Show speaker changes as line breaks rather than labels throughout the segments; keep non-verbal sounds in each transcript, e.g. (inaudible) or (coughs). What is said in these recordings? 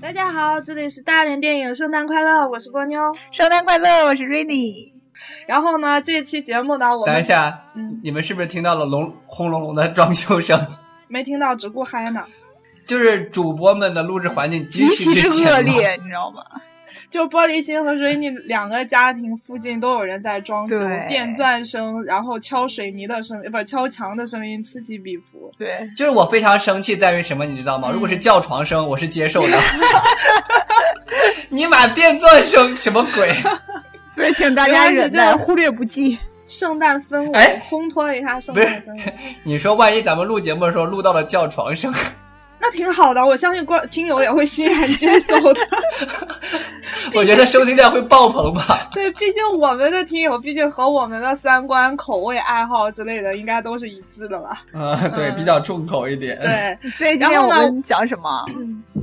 大家好，这里是大连电影，圣诞快乐！我是波妞。
圣诞快乐，我是 Rainy。
然后呢，这期节目呢，我们
等一下，
嗯
你们是不是听到了隆轰隆隆的装修声？ (laughs)
没听到，只顾嗨呢。
就是主播们的录制环境
极其
其
之
之
恶
简陋
劣，你知道吗？
就玻璃心和水泥两个家庭附近都有人在装修，
对
电钻声，然后敲水泥的声，呃不敲墙的声音此起彼伏。
对，
(laughs) 就是我非常生气在于什么，你知道吗？
嗯
如果是叫床声，我是接受
(laughs)
的。你妈电钻声什么鬼？ (laughs)
所以请大家
没关系
忍
就
耐，忽略不计。
圣诞氛围
哎，
烘托一下圣
不是
诞氛围，
你说万一咱们录节目的时候录到了叫床声， (laughs)
那挺好的。我相信观听友也会欣然接受
(laughs)
的。
我觉得收听量会爆棚吧？ (laughs)
对，毕竟我们的听友，毕竟和我们的三观、口味、爱好之类的，应该都是一致的吧？
啊，对，比较重口一点。
嗯对，
所以今天
然
我
后呢
们讲什么？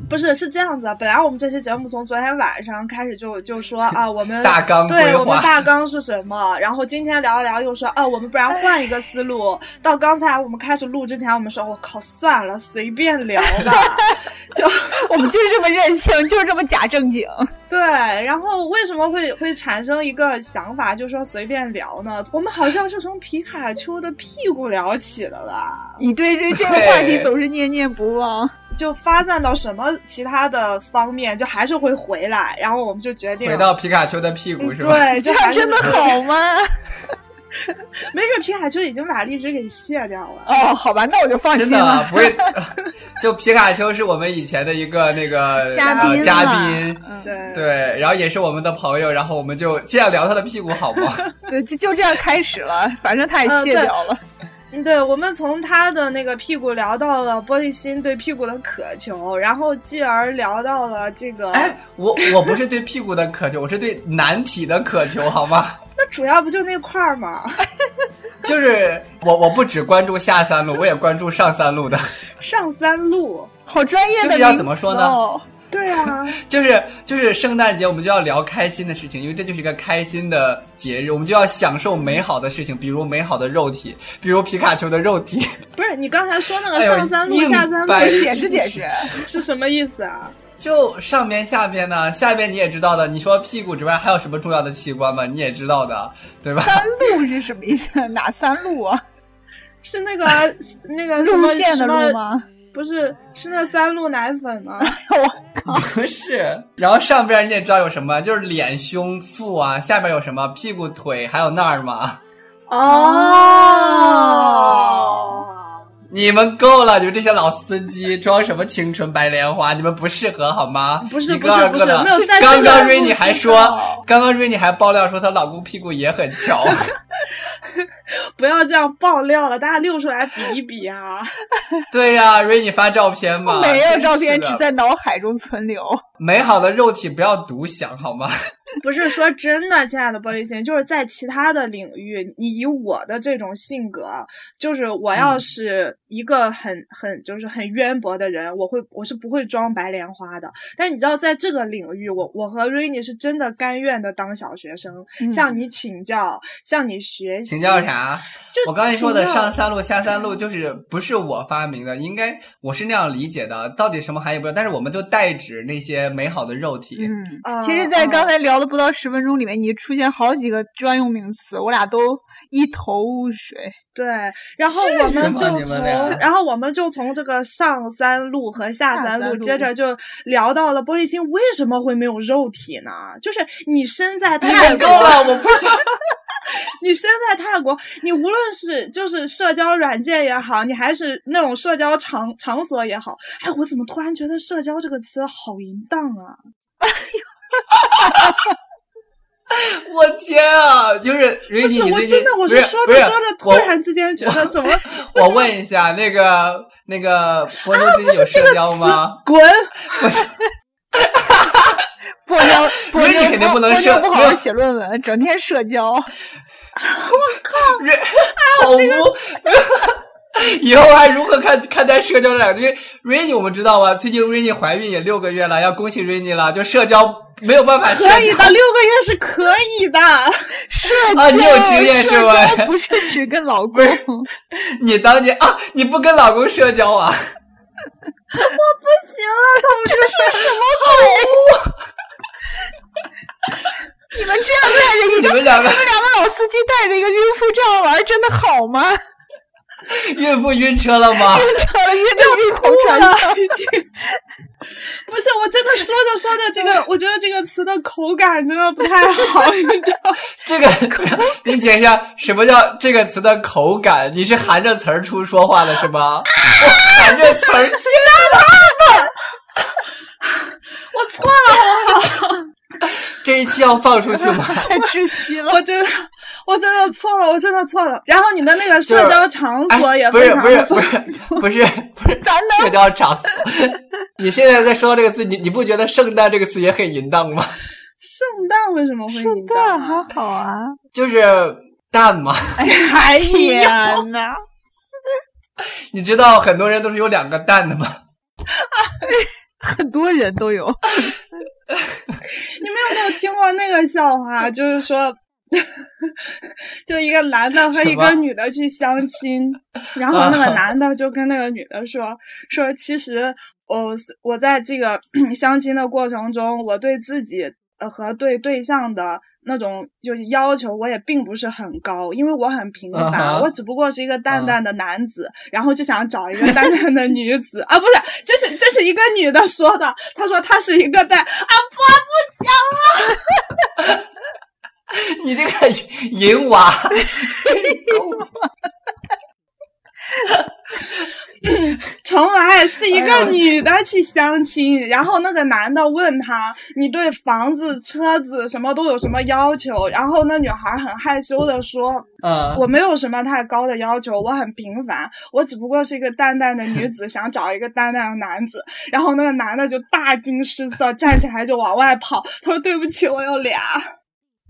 不是是这样子啊。本来我们这期节目从昨天晚上开始就就
(laughs)
说啊，我们
大纲规
对我们
划，
大纲是什么？然后今天聊一聊，又说啊，我们不然换一个思
(laughs)
路。到刚才我们开始录之前，我们说我靠，算了，随便聊
(laughs)
吧。就
我们就是这么任性，就是这么假正经。
对，然后为什么会会产生一个想法，就说随便聊呢？我们好像是从皮卡丘的屁股聊起的啦，
你对这这个话题
对
总是念念不忘。
就发散到什么其他的方面，就还是会回来。然后我们就决定嗯
回到皮卡丘的屁股是吧？
对，
这
就还
样
是
真的好吗？
没准皮卡丘已经把荔枝给卸掉了。
哦，好吧，那我就放
(laughs) 真
心
的啊
了。
不会，就皮卡丘是我们以前的一个那个
嘉
呃
宾
嘉
嘛
宾，
嗯
对
对，然后也是我们的朋友，然后我们就这样聊他的屁股好吗？ (laughs)
对，就就这样开始了，反正他也
嗯
卸
对
掉了。
嗯，对，我们从他的那个屁股聊到了玻璃心对屁股的渴求，然后继而聊到了这个，
哎
哎我我不是对屁股的渴求，我是对男体的渴求，好吗？ (laughs)
那主要不就那块儿吗？
就是我我不只关注下三路，我也关注上三路的。 (laughs)
上三路，
好专业的、哦
就是要怎么说呢？
对啊，
就是就是圣诞节，我们就要聊开心的事情，因为这就是一个开心的节日，我们就要享受美好的事情，比如美好的肉体，比如皮卡丘的肉体。
不是你刚才说那个
哎呦
上三路、
硬
下三
掰
路
解释解释。
是什么意思啊？
就上边下边呢，下边你也知道的，你说屁股之外还有什么重要的器官吗？你也知道的，对吧？
三路是什么意思？哪三路啊？
是那
(laughs)
个那个什
路
么
线
什
的路
么？
吗？
不是，是那三鹿奶粉
(laughs)
吗？
我
(laughs) 不是，然后上边你也知道有什么，就是脸、胸、腹啊，下边有什么屁股、腿，还有那儿嘛。
哦，
你们够了，你们这些老司机装什么青春白莲花，你们不适合好吗？
不是
一个二个的
不是不是没有在
刚刚
这个
Rainy 还
不知
说
道，
刚刚 Rainy 还爆料说她老公屁股也很翘，
不要这样爆料了，大家溜出来比一比啊！
对呀、r a i n y 发照片
(laughs)
嘛，
没有
真
照
是
片，
的
只在脑海中存
(laughs)
留。
美好的肉体不要独享好吗？
不是说真的，亲爱的玻璃心，就是在其他的领域，你以我的这种性格，就是我
嗯
要是一个很、很就是很渊博的人，我会我是不会装白莲花的。但是你知道，在这个领域，我我和 Rainy 是真的甘愿的当小学生，
嗯
向你请教，向你学习。
请教？啥？
就
我刚才说的
请教
上三路下三路，就是不是我发明的，应该我是那样理解的。到底什么含义不知道，但是我们就代指那些美好的肉体。
嗯
啊
其实，在刚才聊的不到十分钟里面，你出现好几个专用名词，我俩都一头雾水。
对，然后我们
吗
就
你们
从，
俩
然后我们就从这个上三路和下
下
三
三
路，
路
接着就聊到了玻璃心为什么会没有肉体呢？就是你身在
你
泰
们够
国，
了，我不
(laughs)
想。
你身在泰国，你无论是就是社交软件也好，你还是那种社交场场所也好，哎，我怎么突然觉得“社交”这个词好淫荡啊？
我天啊！就是瑞
不
你
是，
你
我
最近
真的我
不
是
是
说
不
着
是
说着，突
我
然之间觉得
(laughs)
怎么
我问一下，那个那
啊
个波妞最近有社交吗？
滚？
不
(laughs)
聊，不
不是
聊，
你肯定
不
不能
聊
社
不好
没
好
有
写论文，整天社
(laughs)
交。
瑞好污！ (laughs) 以后还如何看看待社交这两个？因为 Rainy 我们知道啊，最近 Rainy 怀孕也六个月了，要恭喜 Rainy 了。就社交没有办法社
可以
交 (laughs)
的，，六个月是可以的。
社交，
啊你有经验是吧
社交不是只跟老公，
你当年啊，你不跟老公社交啊？
行了，他们这是什么
带着一个孕妇这样玩，真的好吗？ (laughs)
孕妇晕车了吗？
晕车了，晕的晕
哭
头转向。
了，已经。不是，我真的说着说着，这
(laughs)
个我觉得这个词的口感真的不太好，你知道吗？
这个， (laughs) 你解释下什么叫这个词的口感？你是含着词儿出说话的是吗？我含着词儿，
我错了，
这一期要放出去吗？
(laughs) 太窒息了！
我真的，我真的错了，我真的错了。然后你的那个社交场所也
哎不
非
是
常
不是不是不是不是，
咱能
社交场所。 (laughs) 你现在在说这个字，你你不觉得“圣诞”这个词也很淫荡吗？
(laughs) 圣诞为什么会
是
淫
的，
荡
还
啊？
好啊。 (laughs)
就是蛋嘛。
哎，
(laughs)
还有呢？
你知道很多人都是有两个蛋的吗？
很多人都有。
你们有没有听过那个笑话？啊就是说，就一个男的和一个
什么啊
女的去相亲，然后那个男的就跟那个女的说说，其实我我在这个 (clears throat) 相亲的过程中，我对自己呃和对对象的。那种就是要求我也并不是很高，因为我很平凡
啊哈啊
我只不过是一个淡淡的男子然后就想找一个淡淡的女子 (laughs) 啊，不是，这是这是一个女的说的，她说她是一个淡啊，
你这个淫娃，真够
重来是一
哎
个
呦
女的去相亲，然后那个男的问她：“你对房子、车子什么都有什么要求？”然后那女孩很害羞的说
嗯：“，
我没有什么太高的要求，我很平凡，我只不过是一个淡淡的女子，想找一个淡淡的男子。”然后那个男的就大惊失色，站起来就往外跑。他说：“对不起，我有俩。”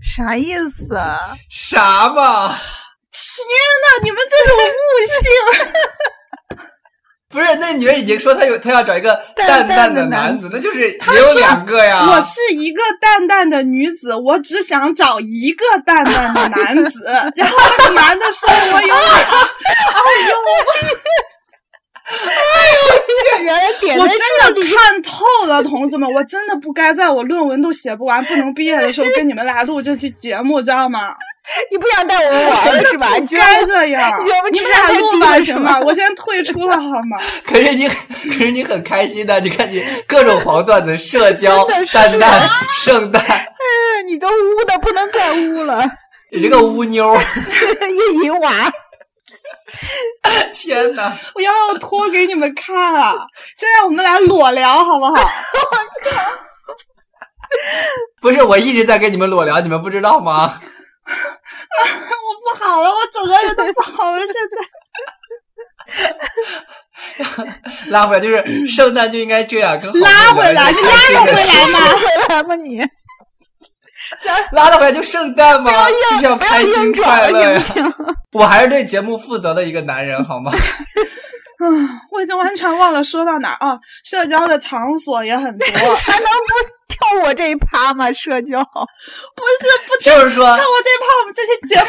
啥意思啊？ (laughs)
啥嘛？
那你们这种悟性，
不是，那女人已经说她有，她要找一个
淡淡
淡淡
的
的
男
男子，那就是也有两个呀。
我是一个淡淡的女子，我只想找一个淡淡的男 (laughs) 子。然后那个男的 (laughs) 说：“我有俩。
原来点”
我
在
真的看透了，同志们，我真的不该在我论文都写不完、不能毕业的时候跟你们来录这期节目，知道吗？
你不想带我们玩了是
(laughs)
吧？你
不
觉得
该这样
你觉得我，们
你
智
们
商
俩
太低
录
了
吧，
是
行
吗
吗？我先退出了，好吗？
可是你，可是你很开心的，你看你各种黄段子、社交
真的、是
蛋蛋、圣诞，
是你都污的不能再污了，
你这个乌妞儿， (laughs)
一淫娃。
天哪！
(laughs) 我要不要脱给你们看啊？现在我们俩裸聊好不好？
不是，我一直在跟你们裸聊，你们不知道吗？
(laughs) 我不好了，我整个人都不好了，现在。
拉回来就是圣诞就应该这样，跟好朋友
拉回来
(laughs)
聊一些开心的
拉回来
事
拉回来吗你？
拉得回来就圣诞嘛，
硬
就是要
不要
开
硬
心
整
快乐
了
呀！
行不行？
我还是对节目负责的一个男人，好吗？
啊， (laughs) 我已经完全忘了说到哪儿啊！社交的场所也很多，不是
还能不跳我这一趴吗？社交，
不听
就是说
看，我这趴，我们这期节目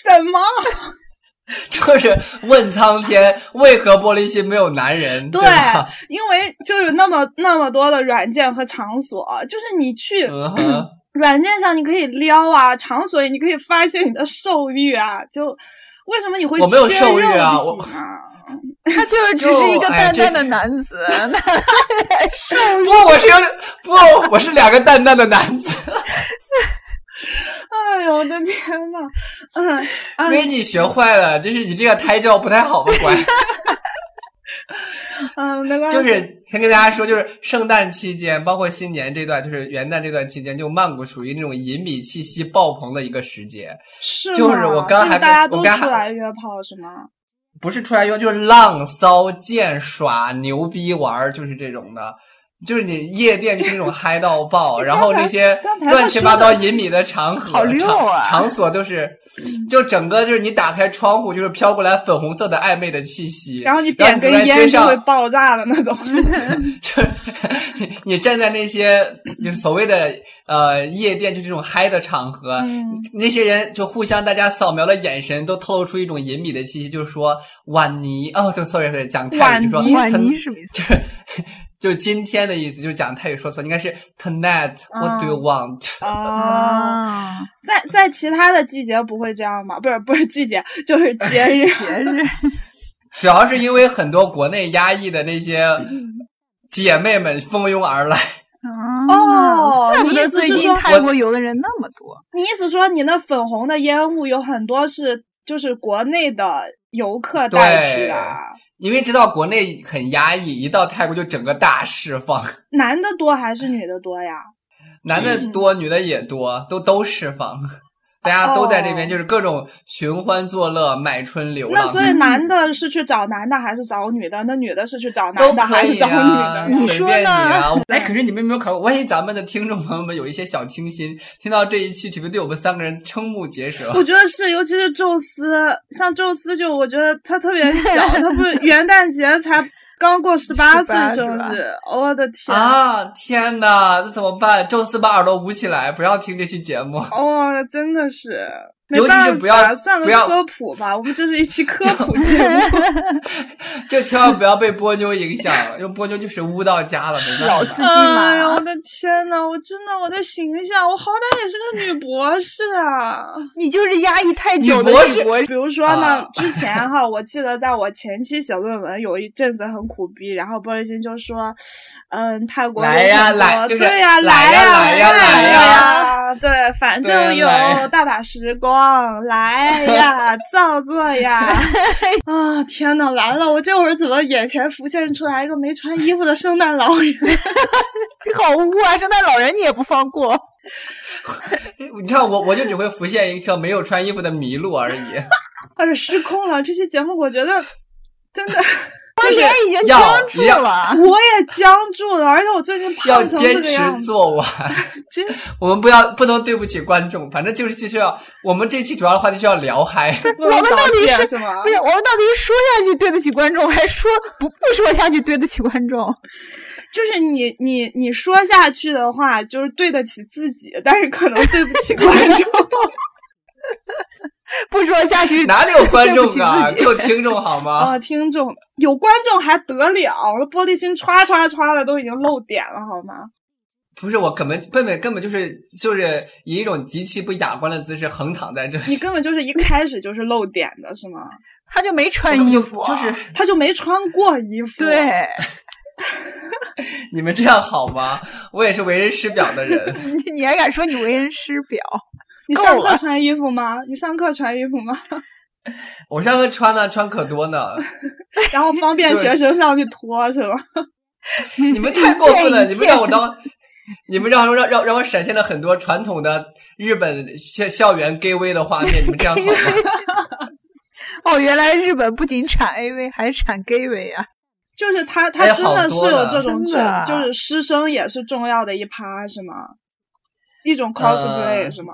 做什么？
(laughs) 就是问苍天，为何玻璃心没有男人，对
对
吧？，
因为就是那么那么多的软件和场所，就是你去
嗯哼，
软件上你可以撩啊，场所你可以发泄你的兽欲啊，就。为什么你会
我没有
缺
兽欲啊
肉
我
体呢
(laughs) 他就是只是一个淡淡的男子，那
不，我是有点不，我是两个淡淡的男子。
哎呦我的天呐， (laughs) 嗯，
因为你学坏了，就是你这个胎教不太好吧，乖。
嗯，没关系，
就是先跟大家说，就是圣诞期间，包括新年这段，就是元旦这段期间，就曼谷属于那种淫靡气息爆棚的一个时节。
是
就是
吗
我刚
就是
还
大家
跟
都
我刚
出
还
来约炮是吗？
不是出来约，就是浪骚、贱耍、牛逼玩儿，就是这种的。就是你夜店就是那种嗨到爆，然后那些
刚才他
乱七八
说的
糟引米的场合、
好溜啊
场场所，就是就整个就是你打开窗户，就是飘过来粉红色的暧昧的气息，
然后你
然
点
后走
根
在街
烟就
上
会，爆炸的那种，是吗
(laughs) 就是你你站在那些就是所谓的呃夜店，就是这种嗨的场合，那些人就互相大家扫描的眼神都透露出一种隐秘的气息，就是说婉妮哦，对，sorry sorry，讲泰
婉
语就说
妮
婉
他
妮是没错。
(laughs) 就是就是今天的意思，就是讲泰语说错，应该是 tonight
嗯
what do you want？、
啊，在在其他的季节不会这样吗？不是不是季节，就是节日
节日，啊
主要是因为很多国内压抑的那些
(laughs)
姐妹们蜂拥而来。
哦
怪不
你意
得
思
最
是
近
说
泰国游的人那么多。
你意思说你那粉红的烟雾有很多是就是国内的游客带去的啊？
因为知道国内很压抑，一到泰国就整个大释放，
男的多还是女的多呀？
男的
嗯
多，女的也多，都都释放，大家都在这边，
哦
就是各种寻欢作乐、买春流
那
浪，
所以男的是去找男的还是找女的？那女的是去找
都
男的
可
还是
以
找女
啊
的，呢？
你
随
说
便你
(laughs)
啊
呢。
哎，可是你们有没有考虑？万一咱们的听众朋友们有一些小清新，听到这一期，岂不是对我们三个人瞠目结舌？
我觉得是，尤其是宙斯，像宙斯就我觉得他特别
(laughs)
小，他不是元旦节才刚过十八岁
18
生
是吧
日，我的天！
啊，天哪，这怎么办？宙斯把耳朵捂起来，不要听这期节目。 (laughs)
哦，真的是，没
尤其是
办
不要
法算
不
个
要
科普吧，我们这是一期科普节目。
就千万不要被波妞影响
(laughs)
了，因为波妞就是污到家了，没办法。
老司机嘛
哎呀，我的天呐，我真的我的形象，我好歹也是个女博士啊。
你就是压抑太
你
久的
博士
女博
(laughs)
士，
比如说呢
啊，
之前哈，我记得在我前期写论文有一阵子很苦逼，然后玻璃心就说，嗯，泰国有
来呀
很多
来就是
对呀，
来呀
呀
来呀
来
来
呀，对，反
对呀
正有
来呀
大把时光，来
(laughs)
呀，造作呀，啊，天呐，完了，我这会儿怎么眼前浮现出来一个没穿衣服的圣诞老人？
你好污啊！圣诞老人你也不放过，
你看我，我就只会浮现一个没有穿衣服的麋鹿而已。
(laughs)
或者啊失控了。这期节目我觉得真的
我脸已经
要
僵住
要
了。
我也僵住了，而且我最近
要
胖成这
坚
个
持
样子，
(laughs)
做完，
坚
(laughs) 我们不要不能对不起观众，反正就是继续要，我们这期主要的话题就要
(laughs)
聊嗨。
不能
我们
早
到底
泄
是
是吗
不？是，我们到底是说下去对得起观众，还说不不说下去对得起观众？
就是你你你说下去的话，就是对得起自己，但是可能对不起观众。
不说下去
(laughs) 哪里有观众啊？
对不起自己哦
只有 (laughs) 听众
(laughs)
好吗？
啊，听众有观众还得了？我玻璃心歘歘歘的都已经露点了，好吗？
不是我根本根本根本就是就是以一种极其不雅观的姿势横躺在这里，
你根本就是一开始就是露点的，是吗？
他就没穿
根本
衣
就
服，啊
就是
他就没穿过衣服。
对
你们这样好吗？我也是为人师表的人。
你，你还敢说你为人师表？
你
够
上课
了
穿衣服吗？你上课穿衣服吗？
我上课穿呢，穿可多呢。
然后方便
对
学生上去脱是吗？
你们太过分
(laughs)
了！
见一
你们让我当，你们让让让让我闪现了很多传统的日本校校园 gay 微的画面。你们这样好吗？
哦，原来日本不仅产 AV，还产 gay 味啊！
就是他，他
哎
真
好
的
多
是有
了
这种
真
重，
的啊
就是师生也是重要的一趴，是吗？一种 cosplay、
呃
是吗？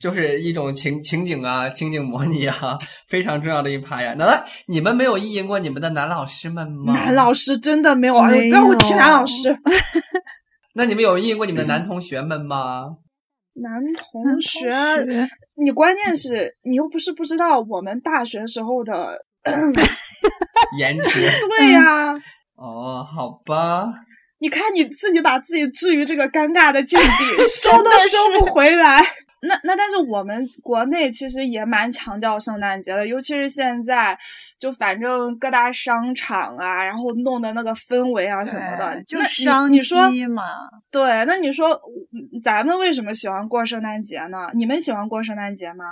就是一种情情景啊，情景模拟啊，非常重要的一趴呀。难道你们没有意淫过你们的男老师们吗？
男老师真的没有，哎
没
呦，让我提
有
男老
(laughs)
师，
那你们有意淫过你们的男同学们吗？
男
嗯
同学，
学
你关键是你又不是不知道我们大学时候的，嗯
颜值
对呀、
哦，好吧，
你看你自己把自己置于这个尴尬的境 (laughs) 地，收都收不回来。那那但是我们国内其实也蛮强调圣诞节的，尤其是现在，就反正各大商场啊，然后弄的那个氛围啊什么的，
就
那你
商
你说
机嘛。
对，那你说嗯咱们为什么喜欢过圣诞节呢？你们喜欢过圣诞节吗？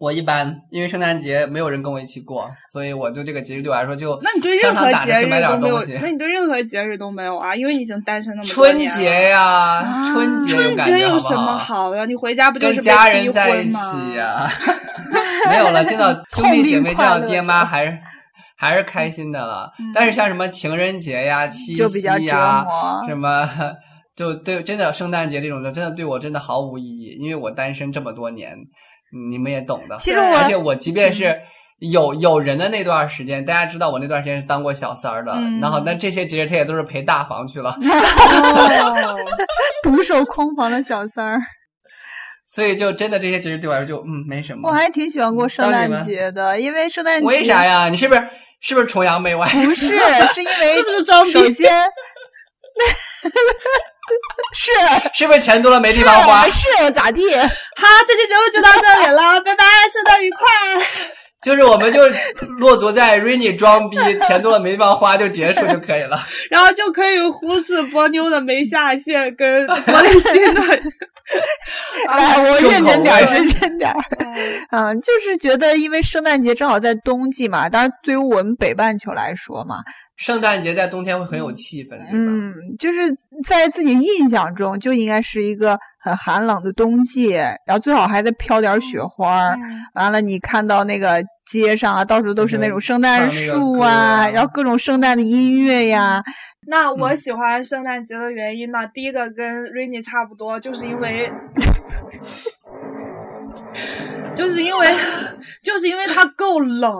我一般因为圣诞节没有人跟我一起过，所以我对这个节日对我来说就
那你对
商
任
场
何
打着
节
去
日
买
都
点
没有
东西，
那你对任何节日都没有啊，因为你已经单身那么多
春
年了
节呀、
啊
春节
春
感觉
节有
好不
什么
好
好的？你回家不就是
跟
被
家人
逼
在
婚
一
吗
起呀、
(laughs)
(laughs) 没有了，见到兄弟姐妹、见到爹妈还是还是开心的了。
嗯
但是像什么情人节呀、七
就比较折
夕啊呀、
啊
磨。
什么。就对，真的圣诞节这种的，真的对我真的毫无意义，因为我单身这么多年，你们也懂的。
其实
对
我
而
(laughs)
且我即便是有有人的那段时间，大家知道我那段时间是当过小三儿的，
嗯
然后那这些节日他也都是陪大房去了，啊
(laughs) 哦，
独守空房的小三儿，
所以就真的这些节日对我来说就嗯没什么。
我还挺喜欢过圣
当你
诞
们
节的，因为圣诞节
(laughs) 为啥呀？你是不是是不是崇洋媚外？
不是，是因为
是不是装逼
首先，
(laughs) 是
是不是钱多了没地
是
方
(laughs)
花？
啊
是咋地？
好，这期节目就到这里 (laughs) 了，拜拜，圣诞愉快。
就是我们就是落足在 Rainy 装逼，钱多了没地方花就结束就可以了。
然后就可以忽视波妞的没下线跟玻璃 (laughs) 心的。
来，哎我
重
认真点儿，
口味
认真点儿。嗯，就是觉得，因为圣诞节正好在冬季嘛，当然对于我们北半球来说嘛，
圣诞节在冬天会很有气氛，对吧？
嗯，就是在自己印象中就应该是一个很寒冷的冬季，然后最好还得飘点儿雪花儿。完了，你看到那个街上啊，到处都是那种圣诞
就是唱那个
树
歌啊
然后各种圣诞的音乐
(laughs)
呀，
那我喜欢圣诞节的原因呢，第一个跟 Rainy 差不多，就是因为， (laughs) 就是因为，就是因为它够冷。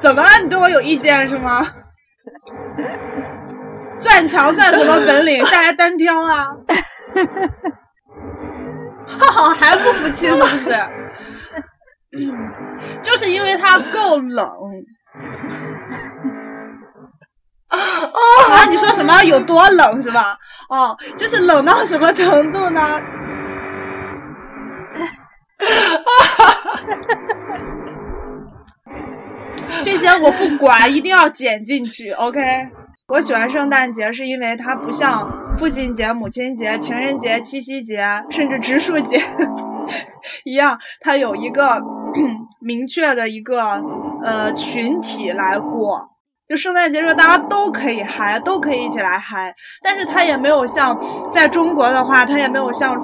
怎么了？你对我有意见是吗？转墙算什么本领？下来单挑啊！ (laughs) 哈哈，还不服气是不是？ (coughs) 就是因为它够冷。啊！你说什么有多冷是吧？哦，就是冷到什么程度呢？这些我不管，一定要剪进去，OK？我喜欢圣诞节是因为它不像父亲节、母亲节、情人节、七夕节，甚至植树节一样，它有一个明确的一个呃群体来过。就圣诞节时候，大家都可以嗨，都可以一起来嗨。但是它也没有像在中国的话，它也没有像。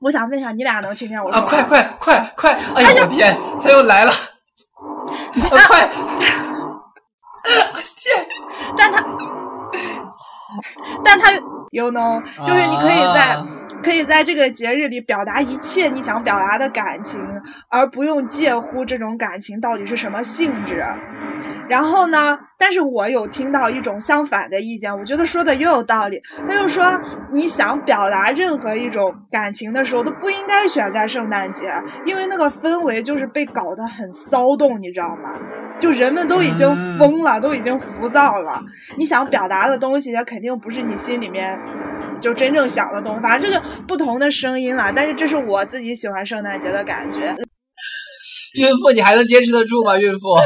我想问一下，你俩能听见我说
啊，
吗？
快快快快！哎呀，我天，他又来了！啊，快！
但它，但它，you know，就是你可以在、
啊
可以在这个节日里表达一切你想表达的感情，而不用介乎这种感情到底是什么性质。然后呢？但是我有听到一种相反的意见，我觉得说的也有道理。他就说，你想表达任何一种感情的时候，都不应该选在圣诞节，因为那个氛围就是被搞得很骚动，你知道吗？就人们都已经
嗯
疯了，都已经浮躁了。你想表达的东西，也肯定不是你心里面就真正想的东西。反正这就不同的声音啦。但是这是我自己喜欢圣诞节的感觉。
孕妇，你还能坚持得住吗？孕
(laughs)
妇？OK。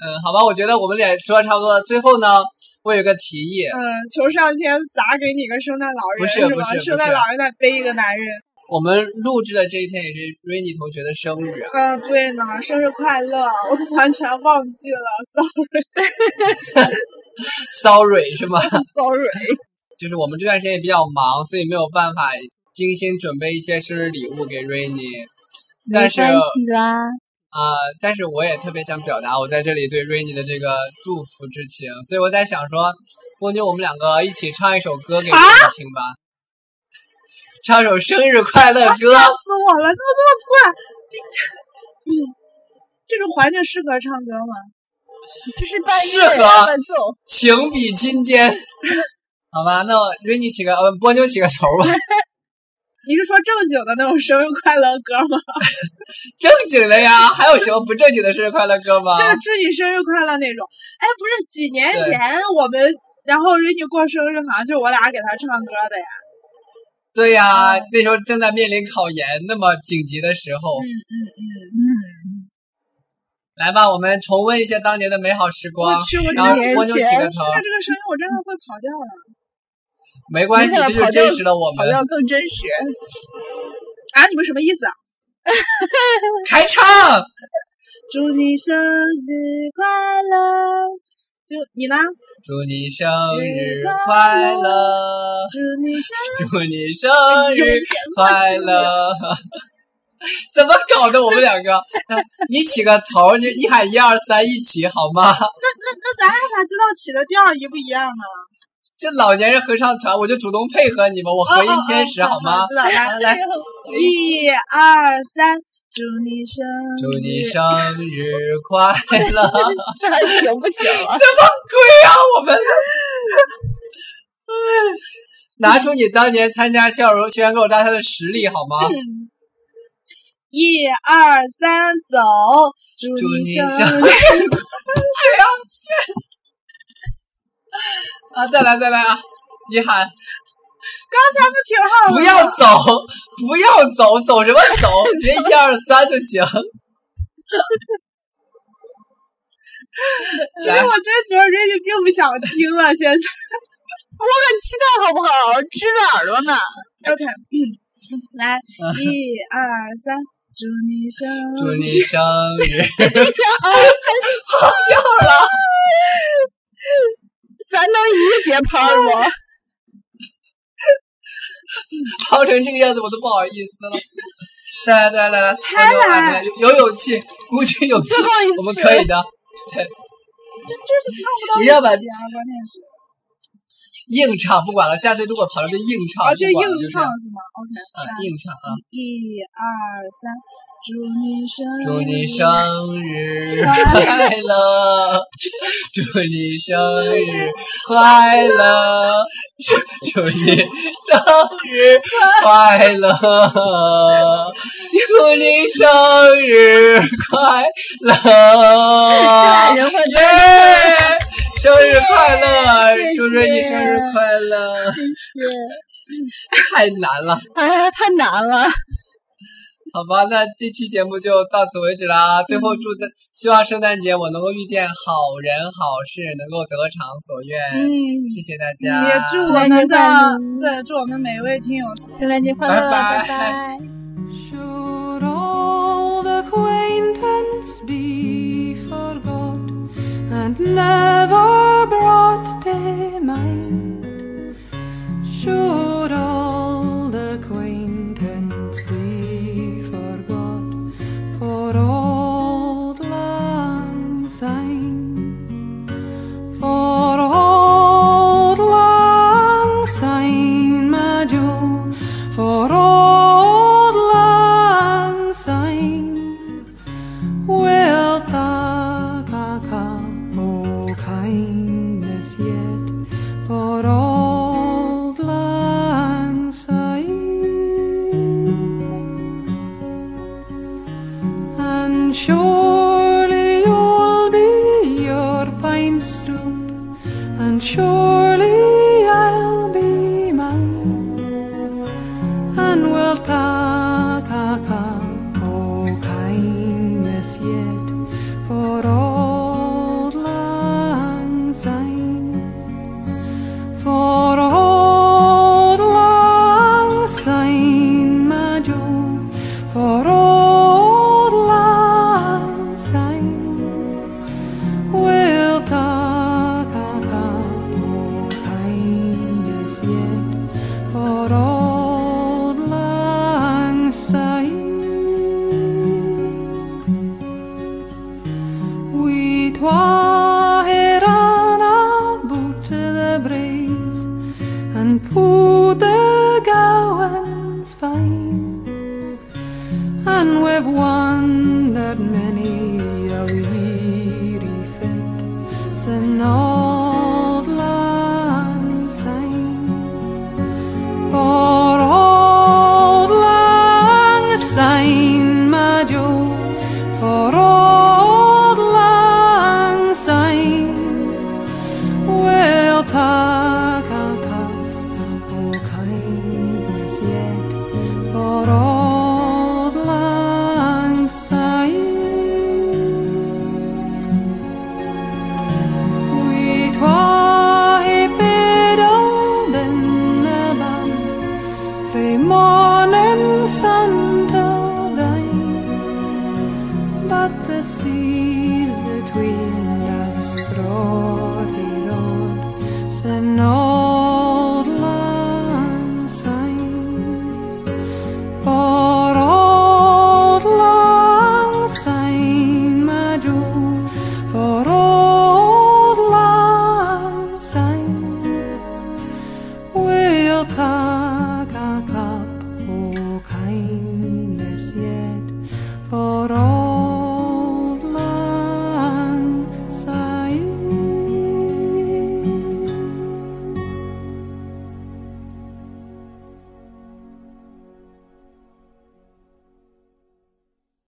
嗯，好吧，我觉得我们俩说的差不多了。最后呢，我有个提议，
嗯，求上天砸给你个圣诞老人
不是
是
不
吧？
是不
圣诞
是
老人再背一个男人。
我们录制的这一天也是 Rainy 同学的生日，啊
嗯，对呢，生日快乐！啊我都完全忘记了，sorry。
，Sorry 是吗？ (laughs)
，sorry，
就是我们这段时间也比较忙，所以没有办法精心准备一些生日礼物给 Rainy。
没
但是
关系啦。
啊、但是我也特别想表达我在这里对 Rainy 的这个祝福之情，所以我在想说，波妞，我们两个一起唱一首歌给 Rainy 听吧，唱一首生日快乐歌。
吓死我了！怎么这么突然？嗯，这种环境适合唱歌吗？
这是半
适
夜
合
呀伴
(laughs)
奏，
情比金坚， (laughs) 好吧，那 Rainy 起个呃波妞起个头吧，
你是说正经的那种生日快乐歌吗？
正经的呀，还有什么不正经的生日快乐歌吗？
就是祝你生日快乐那种。哎，不是几年
啊对
前我们，然后人家过生日好像就是我俩给他唱歌的呀。
对呀、那时候正在面临考研那么紧急的时候，来吧，我们重温一下当年的美好时
我
光。
去，我
然后
真的
波妞起个头
听，到这个声音，我真的会跑掉了。
没关系，
没事了
这就是
跑
真
调
实的我
好
们。
像更真
(laughs)
实。
啊，你们什么意思啊？
开唱，
祝你生日快乐！就你呢？
祝你生日快乐，
祝你生日
祝你生日快乐。 (laughs) 怎么搞的？我们两个， (laughs) 你起个头，就一喊一二三一起好吗？
那咱俩咋知道起的调儿一不一样啊？
这老年人合唱团，我就主动配合你们，我和音天使
哦哦哦
好吗？
知道来
来，
一二三，祝你生日，
祝你生日快乐！
这还行不行
(laughs)
啊？
什么鬼啊！我们，拿出你当年参加校友校园歌手大赛的实力好吗？
一二三，走，祝
祝
你哎
你
生
生
日。
啊，再来再来啊！你喊，
刚才不挺好
不
吗？
要走，不要走，走什么走？直接一二三就行。
其实我真觉得 Rainy 并不想听了，现
(laughs)
在。
很期待好不好？支着耳朵呢。
OK，来，一二三，祝你生
祝你
日
生日！
咱能一节拍
(laughs)
儿不？
吵成这个样子，我都不好意思了。再来，再来，再来，
还来
再来有勇气，鼓起勇气
最后一，次
我们可以的。
这就是唱不到
你
一
要把
起啊，关键是
硬唱不管了，下次如果跑了就硬唱，
啊，这
不
硬
管了就这
唱
样
是吗？OK，
嗯
来，
硬唱啊！
一二三，祝你生日，
祝你生日快乐，祝你生日快乐，祝你生日快乐，
(laughs)
祝你生日快乐，啊
人会
耶！生日快乐，祝祝你生日快乐，太难了。
哎呀，太难了。 (laughs)
(laughs) 好吧，那这期节目就到此为止啦。最后
嗯
祝大，希望圣诞节我能够遇见好人好事，能够得偿所愿。
嗯
谢谢大家，
也祝我们的对，祝我们每位听友
圣诞节快乐，
拜
拜
拜
拜
Should old acquaintance be forgot and never brought to mind? Should old acquaintance be forgot for old lang syne? For old lang syne, my jo, for old lang syne, wilt thou come, O kindness yet, for old lang syne? And surely you'll be your pine stoop, and surely I'll be mine. And we'll talk, ah, come, oh kindness yet, for old lang syne. For old lang syne, my jo, for old lang syne, we'll talk about more kindness yet, for old lang syne. We twa had on our boot to the breeze and pulled the gowans fine. And we've wandered many a weary fit, sin old lang syne. For old lang syne, my jo, for old lang syne, we'll pack a cup of kindness yet. For old lang syne. We twa he bedeld in a band Frae morning sun till dine But the seas between us brought it on So no